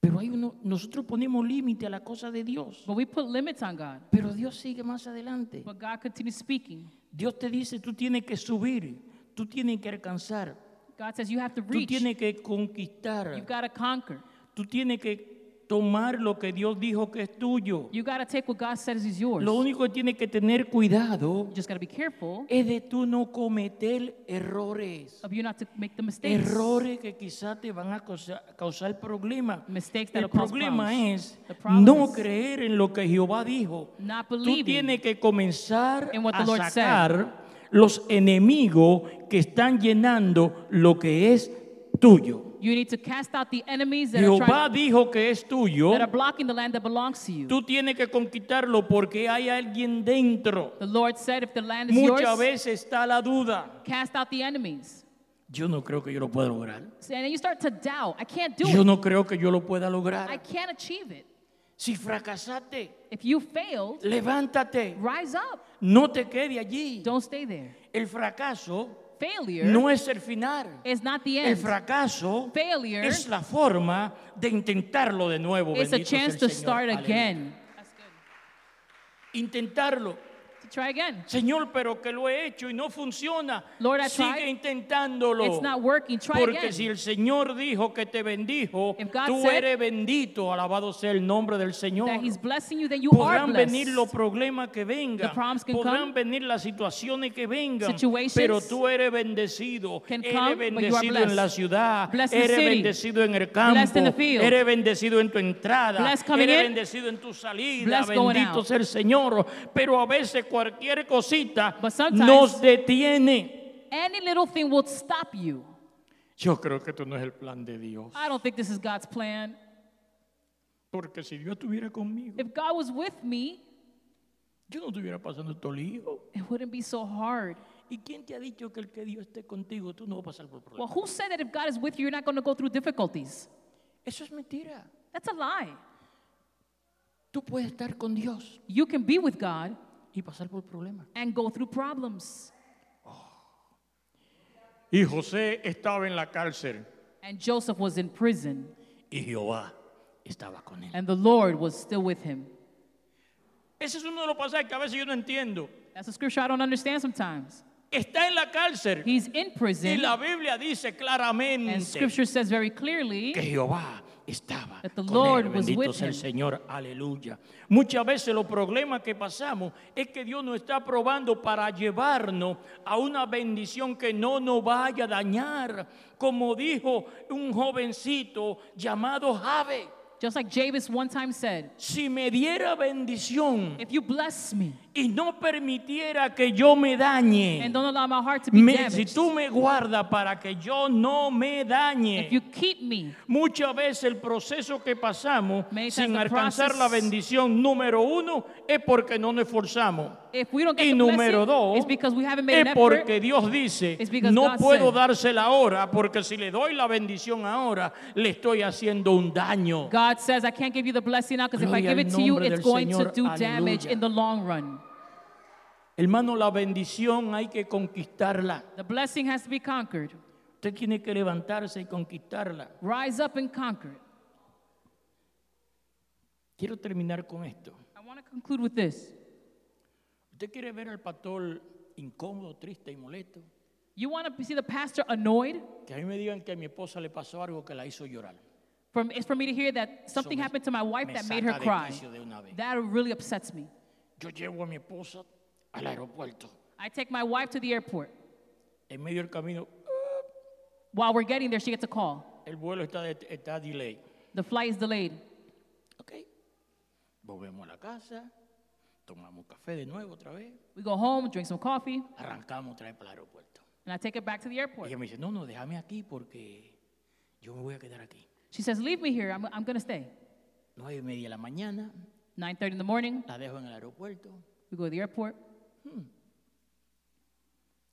Speaker 2: Pero hay uno, nosotros ponemos límite a la cosa de Dios.
Speaker 3: But we put limits on God.
Speaker 2: Pero Dios sigue más adelante.
Speaker 3: But God continues speaking.
Speaker 2: Dios te dice, tú tienes que subir, tú tienes que alcanzar,
Speaker 3: God says you have to
Speaker 2: tú
Speaker 3: reach.
Speaker 2: tienes que conquistar,
Speaker 3: You've got to conquer.
Speaker 2: tú tienes que tomar lo que Dios dijo que es tuyo.
Speaker 3: You got to take what God says is yours.
Speaker 2: Lo único que tienes que tener cuidado
Speaker 3: You just got to be careful
Speaker 2: es de tú no cometer errores.
Speaker 3: of you not to make the mistakes.
Speaker 2: Errores que quizás te van a causa- causar problemas.
Speaker 3: Mistakes
Speaker 2: El
Speaker 3: that'll cause
Speaker 2: problema
Speaker 3: problems.
Speaker 2: es
Speaker 3: The problem
Speaker 2: no
Speaker 3: is
Speaker 2: creer en lo que Jehová dijo.
Speaker 3: Not
Speaker 2: Tú
Speaker 3: believing.
Speaker 2: tienes que comenzar
Speaker 3: in what the
Speaker 2: a
Speaker 3: Lord said.
Speaker 2: sacar los enemigos que están llenando lo que es tuyo.
Speaker 3: You need to cast out the enemies that are,
Speaker 2: Jehová
Speaker 3: trying,
Speaker 2: dijo que es tuyo.
Speaker 3: that are blocking the land that belongs to you.
Speaker 2: Tú tienes que conquistarlo porque hay alguien dentro.
Speaker 3: The Lord said, if the land is
Speaker 2: Muchas
Speaker 3: yours,
Speaker 2: veces está la duda.
Speaker 3: cast out the enemies.
Speaker 2: Yo no creo que yo lo pueda lograr.
Speaker 3: So- And then you start to doubt. I can't do
Speaker 2: Yo
Speaker 3: it.
Speaker 2: no creo que yo lo pueda
Speaker 3: I
Speaker 2: lograr.
Speaker 3: can't achieve it.
Speaker 2: Si fracasaste,
Speaker 3: If you failed,
Speaker 2: levántate.
Speaker 3: rise up.
Speaker 2: No te quede allí.
Speaker 3: Don't stay there.
Speaker 2: El fracaso
Speaker 3: Failure
Speaker 2: no es el final.
Speaker 3: is not the
Speaker 2: El
Speaker 3: end.
Speaker 2: fracaso
Speaker 3: Failure
Speaker 2: es la forma de intentarlo de nuevo.
Speaker 3: It's a
Speaker 2: bendito sea el
Speaker 3: chance to
Speaker 2: Señor.
Speaker 3: start
Speaker 2: Aleluya.
Speaker 3: again. That's good.
Speaker 2: Intentarlo.
Speaker 3: To try again.
Speaker 2: Señor, pero que lo he hecho y no funciona.
Speaker 3: Lord, I
Speaker 2: Sigue
Speaker 3: tried.
Speaker 2: intentándolo.
Speaker 3: It's not working. Try
Speaker 2: Porque
Speaker 3: again.
Speaker 2: si el Señor dijo que te bendijo,
Speaker 3: If God
Speaker 2: tú
Speaker 3: said-
Speaker 2: eres bendito. Alabado sea el nombre del Señor.
Speaker 3: That He's blessing you, then you are
Speaker 2: Podrán
Speaker 3: blessed.
Speaker 2: venir los problemas que vengan,
Speaker 3: The problems can
Speaker 2: podrán
Speaker 3: come.
Speaker 2: venir las situaciones que vengan,
Speaker 3: Situations
Speaker 2: pero tú eres bendecido,
Speaker 3: can
Speaker 2: eres
Speaker 3: come, but you are
Speaker 2: bendecido en la
Speaker 3: blessed.
Speaker 2: ciudad,
Speaker 3: Blessed in the
Speaker 2: eres
Speaker 3: city.
Speaker 2: bendecido en el campo,
Speaker 3: Blessed in the field.
Speaker 2: eres bendecido en tu entrada,
Speaker 3: Blessed coming
Speaker 2: eres
Speaker 3: in.
Speaker 2: bendecido en tu salida,
Speaker 3: Blessed going
Speaker 2: bendito
Speaker 3: out.
Speaker 2: sea el Señor, pero a veces cualquier cosita
Speaker 3: But sometimes-
Speaker 2: nos detiene.
Speaker 3: Any little thing will stop you.
Speaker 2: Yo creo que esto no es el plan de Dios,
Speaker 3: I don't think this is God's plan.
Speaker 2: porque si Dios estuviera conmigo,
Speaker 3: If God was with me,
Speaker 2: yo no estuviera pasando estos líos.
Speaker 3: it wouldn't be so hard.
Speaker 2: ¿Y quién te ha dicho que el que Dios esté contigo, tú no vas a pasar por problemas?
Speaker 3: Well, who said that if God is with you, you're not going to go through difficulties?
Speaker 2: Eso es mentira.
Speaker 3: That's a lie.
Speaker 2: Tú puedes estar con Dios
Speaker 3: You can be with God
Speaker 2: y pasar por problemas.
Speaker 3: and go through problems.
Speaker 2: Y José estaba en la cárcel
Speaker 3: And Joseph was in prison,
Speaker 2: y Jehová estaba con él.
Speaker 3: and the Lord was still with him.
Speaker 2: Ese es uno de los pasajes que a veces yo no entiendo.
Speaker 3: That's a scripture I don't understand sometimes.
Speaker 2: Está en la cárcel
Speaker 3: He's in
Speaker 2: y
Speaker 3: prison,
Speaker 2: la Biblia dice
Speaker 3: and
Speaker 2: claramente
Speaker 3: scripture says very
Speaker 2: que
Speaker 3: clearly
Speaker 2: Jehová estaba
Speaker 3: That the
Speaker 2: con
Speaker 3: Lord
Speaker 2: él.
Speaker 3: was
Speaker 2: Bendito
Speaker 3: with
Speaker 2: sea el
Speaker 3: him.
Speaker 2: Señor. Aleluya. Muchas veces los problemas que pasamos es que Dios nos está probando para llevarnos a una bendición que no nos vaya a dañar. Como dijo un jovencito llamado Jave,
Speaker 3: just like Jabez one time said,
Speaker 2: si me diera bendición
Speaker 3: If you bless me
Speaker 2: y no permitiera que yo me dañe,
Speaker 3: and don't allow my heart to be
Speaker 2: me- si
Speaker 3: damaged,
Speaker 2: tú me guardas para que yo no me dañe,
Speaker 3: if you keep me,
Speaker 2: Muchas veces el proceso que pasamos
Speaker 3: Many times
Speaker 2: sin
Speaker 3: the
Speaker 2: alcanzar la
Speaker 3: process-
Speaker 2: bendición número uno es porque no nos esforzamos.
Speaker 3: if we don't get
Speaker 2: Y
Speaker 3: the blessing,
Speaker 2: número dos
Speaker 3: it's because we haven't made
Speaker 2: es
Speaker 3: an effort.
Speaker 2: porque Dios dice,
Speaker 3: It's because
Speaker 2: no
Speaker 3: God
Speaker 2: puedo
Speaker 3: said.
Speaker 2: dársela ahora porque si le doy la bendición ahora, le estoy haciendo un daño.
Speaker 3: God says, I can't give you the blessing now because if I
Speaker 2: Gloria
Speaker 3: give
Speaker 2: al
Speaker 3: it to you,
Speaker 2: nombre
Speaker 3: it's
Speaker 2: del
Speaker 3: going to
Speaker 2: Señor.
Speaker 3: do damage
Speaker 2: Aleluya.
Speaker 3: in the long run.
Speaker 2: Hermano, la bendición hay que conquistarla.
Speaker 3: The blessing has to be conquered.
Speaker 2: Usted tiene que levantarse y conquistarla.
Speaker 3: Rise up and conquer it.
Speaker 2: Quiero terminar con esto.
Speaker 3: I want to conclude with this.
Speaker 2: ¿Usted quiere ver al pastor incómodo, triste y molesto?
Speaker 3: You want to see the pastor annoyed?
Speaker 2: Que a mí me digan que a mi esposa le pasó algo que la hizo llorar.
Speaker 3: For, it's for me to hear that something
Speaker 2: me-
Speaker 3: happened to my wife
Speaker 2: me
Speaker 3: that made her
Speaker 2: saca de
Speaker 3: cry.
Speaker 2: quicio de una vez.
Speaker 3: That really upsets me.
Speaker 2: Yo llevo a mi esposa al aeropuerto.
Speaker 3: I take my wife to the airport.
Speaker 2: En medio del camino,
Speaker 3: While we're getting there, she gets a call.
Speaker 2: el vuelo está, de- está delay.
Speaker 3: The flight is delayed.
Speaker 2: Ok. Volvemos a la casa, tomamos café de nuevo otra vez,
Speaker 3: We go home, drink some coffee,
Speaker 2: arrancamos otra vez para el aeropuerto.
Speaker 3: and I take her back to the
Speaker 2: Y
Speaker 3: airport.
Speaker 2: ella me dice, no, no, déjame aquí porque yo me voy a quedar aquí.
Speaker 3: She says, Leave me here. I'm, I'm going to stay.
Speaker 2: Nueve y media de la mañana,
Speaker 3: 9.30 in the morning,
Speaker 2: la dejo en el aeropuerto.
Speaker 3: we go to the airport.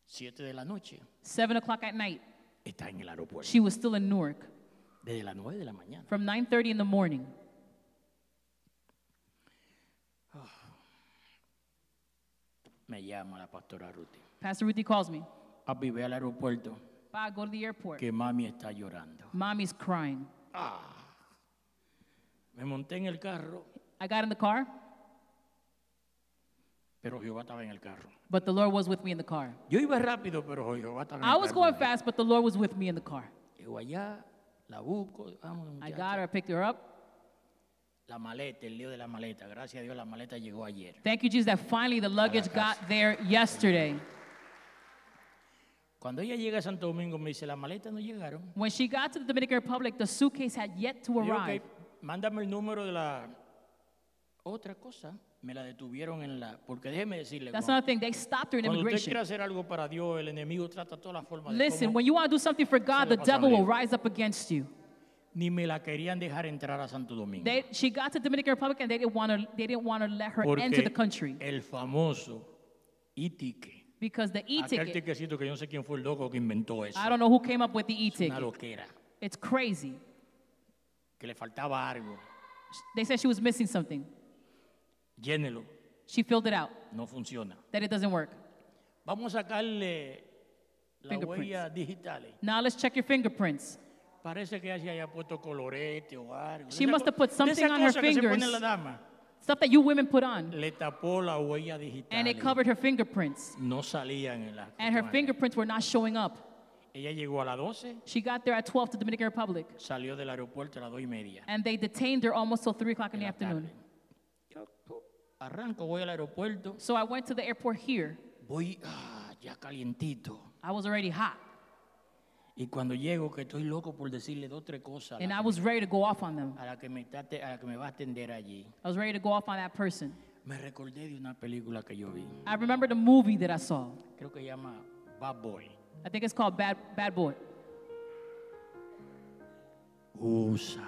Speaker 2: Siete de la noche.
Speaker 3: Seven o'clock at night,
Speaker 2: Está en el aeropuerto.
Speaker 3: she was still in Newark
Speaker 2: Desde las nueve de la mañana.
Speaker 3: from 9:30 in the morning.
Speaker 2: Me llama la pastora Ruti.
Speaker 3: Pastor Ruthie calls me.
Speaker 2: Papi, ve al aeropuerto
Speaker 3: Pa, go to the airport.
Speaker 2: que mami está llorando.
Speaker 3: Mommy's crying.
Speaker 2: Ah. Me monté en el carro,
Speaker 3: I got in the car,
Speaker 2: pero Jehová estaba en el carro.
Speaker 3: but the Lord was with me in the car.
Speaker 2: Yo iba rápido, pero Jehová estaba en
Speaker 3: I was
Speaker 2: el
Speaker 3: going
Speaker 2: carro.
Speaker 3: fast, but the Lord was with me in the car.
Speaker 2: Llego allá, la busco, vamos,
Speaker 3: I
Speaker 2: muchacha.
Speaker 3: got her, I picked her up.
Speaker 2: La maleta, el lío de la maleta. Gracias a Dios la maleta llegó ayer.
Speaker 3: Thank you, Jesus, that finally the luggage got there yesterday.
Speaker 2: Cuando ella llega a Santo Domingo me dice, la maleta no llegaron.
Speaker 3: When she got to the Dominican Republic, the suitcase had yet to
Speaker 2: Le digo, "Ok,
Speaker 3: arrive.
Speaker 2: mándame el número de la otra cosa. Me la detuvieron en la... Porque déjeme decirle,
Speaker 3: That's
Speaker 2: cuando,
Speaker 3: another thing. They stopped her in
Speaker 2: cuando usted quiere
Speaker 3: immigration.
Speaker 2: hacer algo para Dios, el enemigo trata todas las formas de...
Speaker 3: Listen,
Speaker 2: cómo-
Speaker 3: when you want to do something for God, the
Speaker 2: le pasa
Speaker 3: devil
Speaker 2: al
Speaker 3: will
Speaker 2: lío.
Speaker 3: rise up against you.
Speaker 2: Ni me la querían dejar entrar a Santo Domingo.
Speaker 3: They, she got to Dominican Republic and they didn't want to. They didn't want to let her enter the country
Speaker 2: Porque el famoso e-ticket.
Speaker 3: because the
Speaker 2: Aquel
Speaker 3: e-ticket.
Speaker 2: tiquecito que yo no sé quién fue el loco que inventó eso.
Speaker 3: I don't know who came up with the
Speaker 2: Una
Speaker 3: e-ticket.
Speaker 2: loquera.
Speaker 3: It's crazy.
Speaker 2: Que le faltaba algo.
Speaker 3: They said she was missing something.
Speaker 2: Llénelo.
Speaker 3: She filled it out.
Speaker 2: No funciona.
Speaker 3: That it doesn't work.
Speaker 2: Vamos a sacarle las
Speaker 3: Fingerprints.
Speaker 2: huellas digitales.
Speaker 3: Now let's check your fingerprints.
Speaker 2: Parece que ella se haya puesto colorete o algo.
Speaker 3: She
Speaker 2: Esa
Speaker 3: must
Speaker 2: co-
Speaker 3: have put
Speaker 2: de
Speaker 3: something
Speaker 2: esa
Speaker 3: on her
Speaker 2: cosa que se pone
Speaker 3: fingers.
Speaker 2: la dama.
Speaker 3: Stuff that you women put on,
Speaker 2: Le tapó la huella digital.
Speaker 3: and it covered her fingerprints.
Speaker 2: No salían en la.
Speaker 3: And her fingerprints were not showing up.
Speaker 2: Ella llegó a las 12,
Speaker 3: She got there at 12 to Dominican Republic,
Speaker 2: salió del aeropuerto a las 2 y media.
Speaker 3: and they detained her almost till 3 o'clock in the
Speaker 2: de la tarde.
Speaker 3: afternoon.
Speaker 2: Yo pu, arranco, voy al aeropuerto,
Speaker 3: So I went to the airport here.
Speaker 2: voy ah, ya calientito.
Speaker 3: I was already hot,
Speaker 2: Y cuando llego, que estoy loco por decirle dos o tres cosas a
Speaker 3: and
Speaker 2: la,
Speaker 3: I was ready to go off on them.
Speaker 2: a la que me está te- a la que me va a atender allí.
Speaker 3: I was ready to go off on that person.
Speaker 2: Me recordé de una película que yo vi.
Speaker 3: I remembered a movie that I saw.
Speaker 2: Creo que se llama Bad Boy.
Speaker 3: I think it's called Bad, Bad Boy.
Speaker 2: Usa.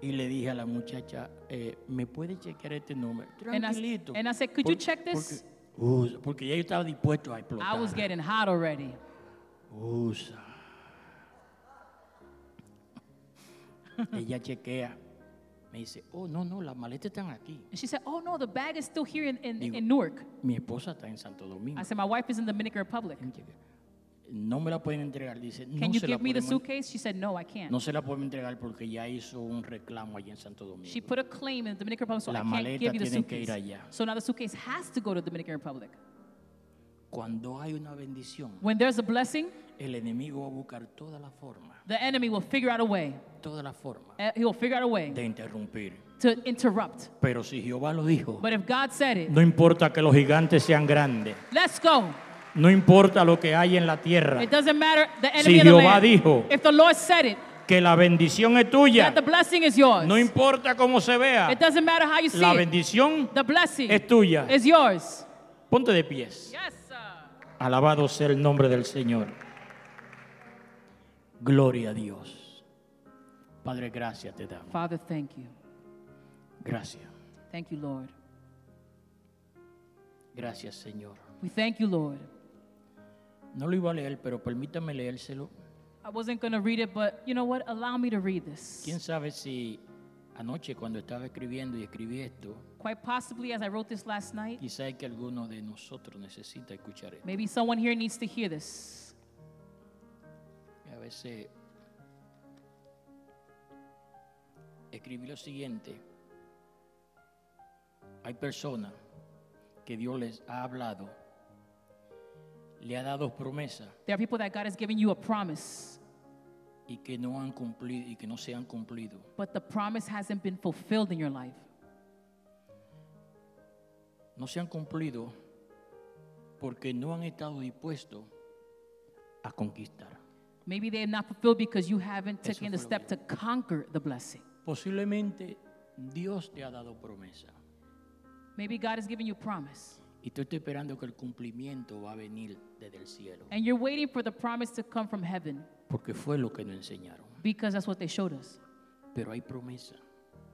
Speaker 2: Y le dije a la muchacha, eh, ¿me puede chequear este número?
Speaker 3: And I,
Speaker 2: Tranquilito.
Speaker 3: and I said, Could you check this?
Speaker 2: Porque, usa, porque ya yo estaba dispuesto a explotar.
Speaker 3: I was getting hot already.
Speaker 2: Usa. Ella chequea. Me dice, oh, no, no, las maletas están aquí.
Speaker 3: And she said, Oh no, the bag is still here in, in,
Speaker 2: Digo-
Speaker 3: in Newark.
Speaker 2: Mi esposa está en Santo Domingo.
Speaker 3: I said, My wife is in the Dominican Republic.
Speaker 2: Ella chequea. No me la pueden entregar. Dice, no
Speaker 3: Can you
Speaker 2: se, la
Speaker 3: give me the
Speaker 2: podemos,
Speaker 3: suitcase? She said, No, I
Speaker 2: no
Speaker 3: can't.
Speaker 2: se la podemos entregar porque ya hizo un reclamo allí en Santo Domingo.
Speaker 3: She put a claim in the Dominican Republic, so I
Speaker 2: Las
Speaker 3: can't give you the
Speaker 2: maletas tienen que ir
Speaker 3: suitcase.
Speaker 2: allá.
Speaker 3: So now the suitcase has to go to the Dominican Republic.
Speaker 2: Cuando hay una bendición,
Speaker 3: When there's a blessing,
Speaker 2: el enemigo va a buscar toda la forma,
Speaker 3: the enemy will figure out a way.
Speaker 2: toda la forma
Speaker 3: Eh, He will figure out a way
Speaker 2: de interrumpir.
Speaker 3: to interrupt.
Speaker 2: Pero si Jehová lo dijo,
Speaker 3: But if God said it,
Speaker 2: no importa que los gigantes sean grandes,
Speaker 3: let's go.
Speaker 2: no importa lo que hay en la tierra,
Speaker 3: It doesn't matter the
Speaker 2: Si
Speaker 3: enemy of the
Speaker 2: Jehová
Speaker 3: land.
Speaker 2: dijo-
Speaker 3: if the Lord said it,
Speaker 2: que la bendición es
Speaker 3: that
Speaker 2: tuya,
Speaker 3: the blessing is yours.
Speaker 2: no importa cómo se vea,
Speaker 3: it doesn't matter how you see
Speaker 2: la
Speaker 3: it.
Speaker 2: bendición
Speaker 3: The blessing
Speaker 2: es tuya.
Speaker 3: is yours.
Speaker 2: Ponte de pies.
Speaker 3: Yes, sir.
Speaker 2: Alabado sea el nombre del Señor. Gloria a Dios. Padre, gracias te damos.
Speaker 3: Father, thank you.
Speaker 2: Gracias.
Speaker 3: Thank you, Lord.
Speaker 2: Gracias, Señor.
Speaker 3: We thank you, Lord.
Speaker 2: No lo iba a leer, pero permítame leérselo.
Speaker 3: I wasn't going to read it, but you know what? Allow me to read this.
Speaker 2: Quién sabe si anoche cuando estaba escribiendo y escribí esto,
Speaker 3: Quite possibly, as I wrote this last night,
Speaker 2: quizá es que alguno de nosotros necesita escuchar esto.
Speaker 3: maybe someone here needs to hear this.
Speaker 2: Y A veces escribí lo siguiente. Hay personas que Dios les ha hablado, le ha dado promesas
Speaker 3: There are people that God has given you a promise,
Speaker 2: y que no han cumplido y que no se han cumplido.
Speaker 3: but the promise hasn't been fulfilled in your life.
Speaker 2: No se han cumplido porque no han estado dispuestos a conquistar.
Speaker 3: Maybe they're not fulfilled because you haven't
Speaker 2: Eso
Speaker 3: taken the
Speaker 2: fue lo
Speaker 3: step to conquer the blessing.
Speaker 2: Posiblemente Dios te ha dado promesa
Speaker 3: Maybe God has given you a promise,
Speaker 2: y tú estás esperando que el cumplimiento va a venir desde el cielo,
Speaker 3: and you're waiting for the promise to come from heaven
Speaker 2: porque fue lo que nos enseñaron.
Speaker 3: because that's what they showed us.
Speaker 2: Pero hay promesa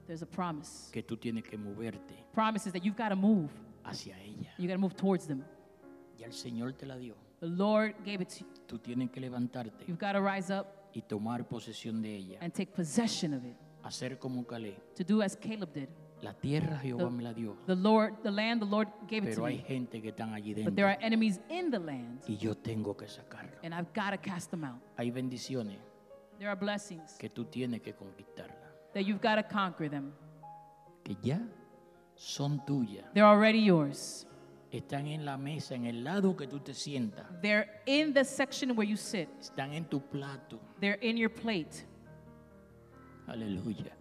Speaker 3: There's a promise.
Speaker 2: que tú tienes que moverte,
Speaker 3: Promises that you've got to move.
Speaker 2: hacia ella.
Speaker 3: You got to move towards them.
Speaker 2: Ya el Señor te la dio.
Speaker 3: The Lord gave it to you.
Speaker 2: Tú tienes que levantarte
Speaker 3: You've got to rise up
Speaker 2: y tomar posesión de ella.
Speaker 3: and take possession of it.
Speaker 2: Hacer como Calé.
Speaker 3: To do as Caleb did.
Speaker 2: La tierra Jehová me la dio.
Speaker 3: The Lord, the land, the Lord gave it to
Speaker 2: Pero hay
Speaker 3: me.
Speaker 2: gente que están allí
Speaker 3: But there
Speaker 2: dentro
Speaker 3: are enemies in the land,
Speaker 2: y yo tengo que sacarla.
Speaker 3: and I've got to cast them out.
Speaker 2: Hay bendiciones
Speaker 3: There are blessings
Speaker 2: que tú tienes que conquistarla.
Speaker 3: that you've got to conquer them.
Speaker 2: Que ya son tuyas.
Speaker 3: They're already yours.
Speaker 2: Están en la mesa, en el lado que tú te sientas.
Speaker 3: They're in the section where you sit.
Speaker 2: Están en tu plato.
Speaker 3: They're in your plate.
Speaker 2: Aleluya.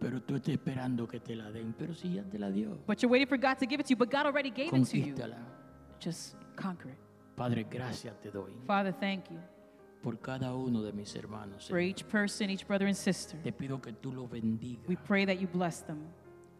Speaker 2: Pero tú estás esperando que te la den. Pero si ya te la dio,
Speaker 3: But you're waiting for God to give it to you, but God already gave it to you.
Speaker 2: conquístala.
Speaker 3: Just conquer it.
Speaker 2: Padre, gracias te doy
Speaker 3: Father, thank you
Speaker 2: por cada uno de mis hermanos.
Speaker 3: for
Speaker 2: Señor.
Speaker 3: each person, each brother and sister.
Speaker 2: Te pido que tú los bendigas
Speaker 3: We pray that you bless them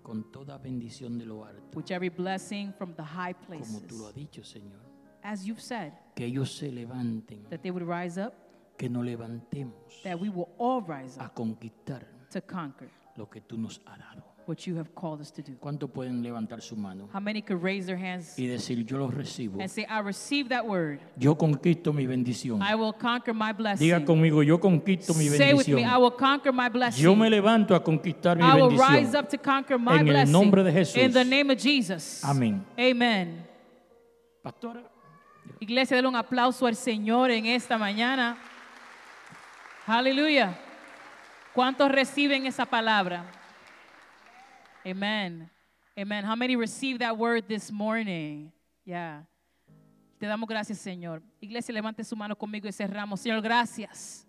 Speaker 2: con toda bendición de lo alto,
Speaker 3: with every blessing from the high places.
Speaker 2: como tú lo has dicho, Señor.
Speaker 3: As you've said,
Speaker 2: Que ellos se levanten,
Speaker 3: that they would rise up,
Speaker 2: que nos levantemos
Speaker 3: that we will all rise
Speaker 2: a
Speaker 3: up
Speaker 2: conquistar
Speaker 3: to conquer
Speaker 2: lo que tú nos has dado.
Speaker 3: what you have called us to do.
Speaker 2: ¿Cuántos pueden levantar su mano
Speaker 3: How many could raise their hands
Speaker 2: y decir, yo los recibo?
Speaker 3: and say, I receive that word.
Speaker 2: Yo conquisto mi bendición.
Speaker 3: I will conquer my blessing.
Speaker 2: Diga conmigo, yo conquisto mi
Speaker 3: Say with me, I
Speaker 2: bendición.
Speaker 3: will conquer my blessing.
Speaker 2: Yo me levanto a conquistar mi
Speaker 3: I will rise
Speaker 2: bendición.
Speaker 3: up to conquer my
Speaker 2: En el
Speaker 3: blessing.
Speaker 2: nombre de Jesús.
Speaker 3: In the name of Jesus.
Speaker 2: Amén.
Speaker 3: Amen.
Speaker 2: Pastora.
Speaker 3: Iglesia, denle un aplauso al Señor en esta mañana. Aleluya. ¿Cuántos reciben esa palabra? Amen. Amen. How many received that word this morning? Yeah. Te damos gracias, Señor. Iglesia, levante su mano conmigo y cerramos. Señor, gracias.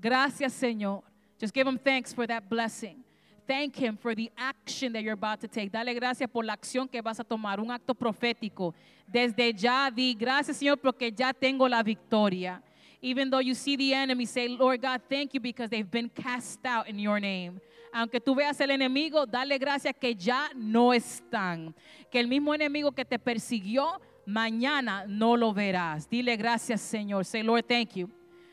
Speaker 3: Gracias, Señor. Just give him thanks for that blessing. Thank him for the action that you're about to take. Dale gracias por la acción que vas a tomar, un acto profético. Desde ya di, gracias, Señor, porque ya tengo la victoria. Even though you see the enemy, say, Lord God, thank you because they've been cast out in your name. Aunque tú veas el enemigo, dale gracias que ya no están. Que el mismo enemigo que te persiguió, mañana no lo verás. Dile gracias, Señor. Say, Lord, thank you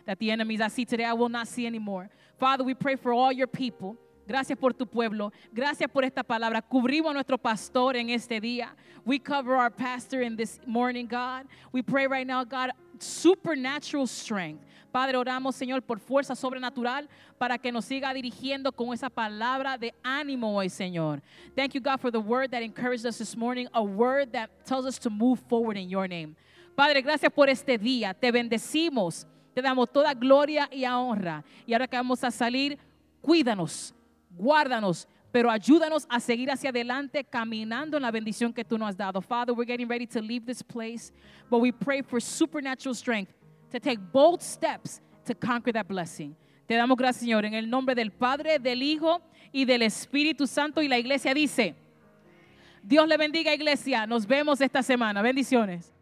Speaker 3: that the enemies I see today I will not see anymore. Father, we pray for all your people. Gracias por tu pueblo. Gracias por esta palabra. Cubrimos a nuestro pastor en este día. We cover our pastor in this morning, God. We pray right now, God, supernatural strength. Padre, oramos, Señor, por fuerza sobrenatural para que nos siga dirigiendo con esa palabra de ánimo hoy, Señor. Thank you, God, for the word that encouraged us this morning, a word that tells us to move forward in your name. Padre, gracias por este día. Te bendecimos. Te damos toda gloria y honra. Y ahora que vamos a salir, cuídanos, guárdanos, pero ayúdanos a seguir hacia adelante caminando en la bendición que tú nos has dado. Father, we're getting ready to leave this place, but we pray for supernatural strength to take bold steps to conquer that blessing. Te damos gracias, Señor, en el nombre del Padre, del Hijo y del Espíritu Santo. Y la iglesia dice, Dios le bendiga, iglesia. Nos vemos esta semana. Bendiciones.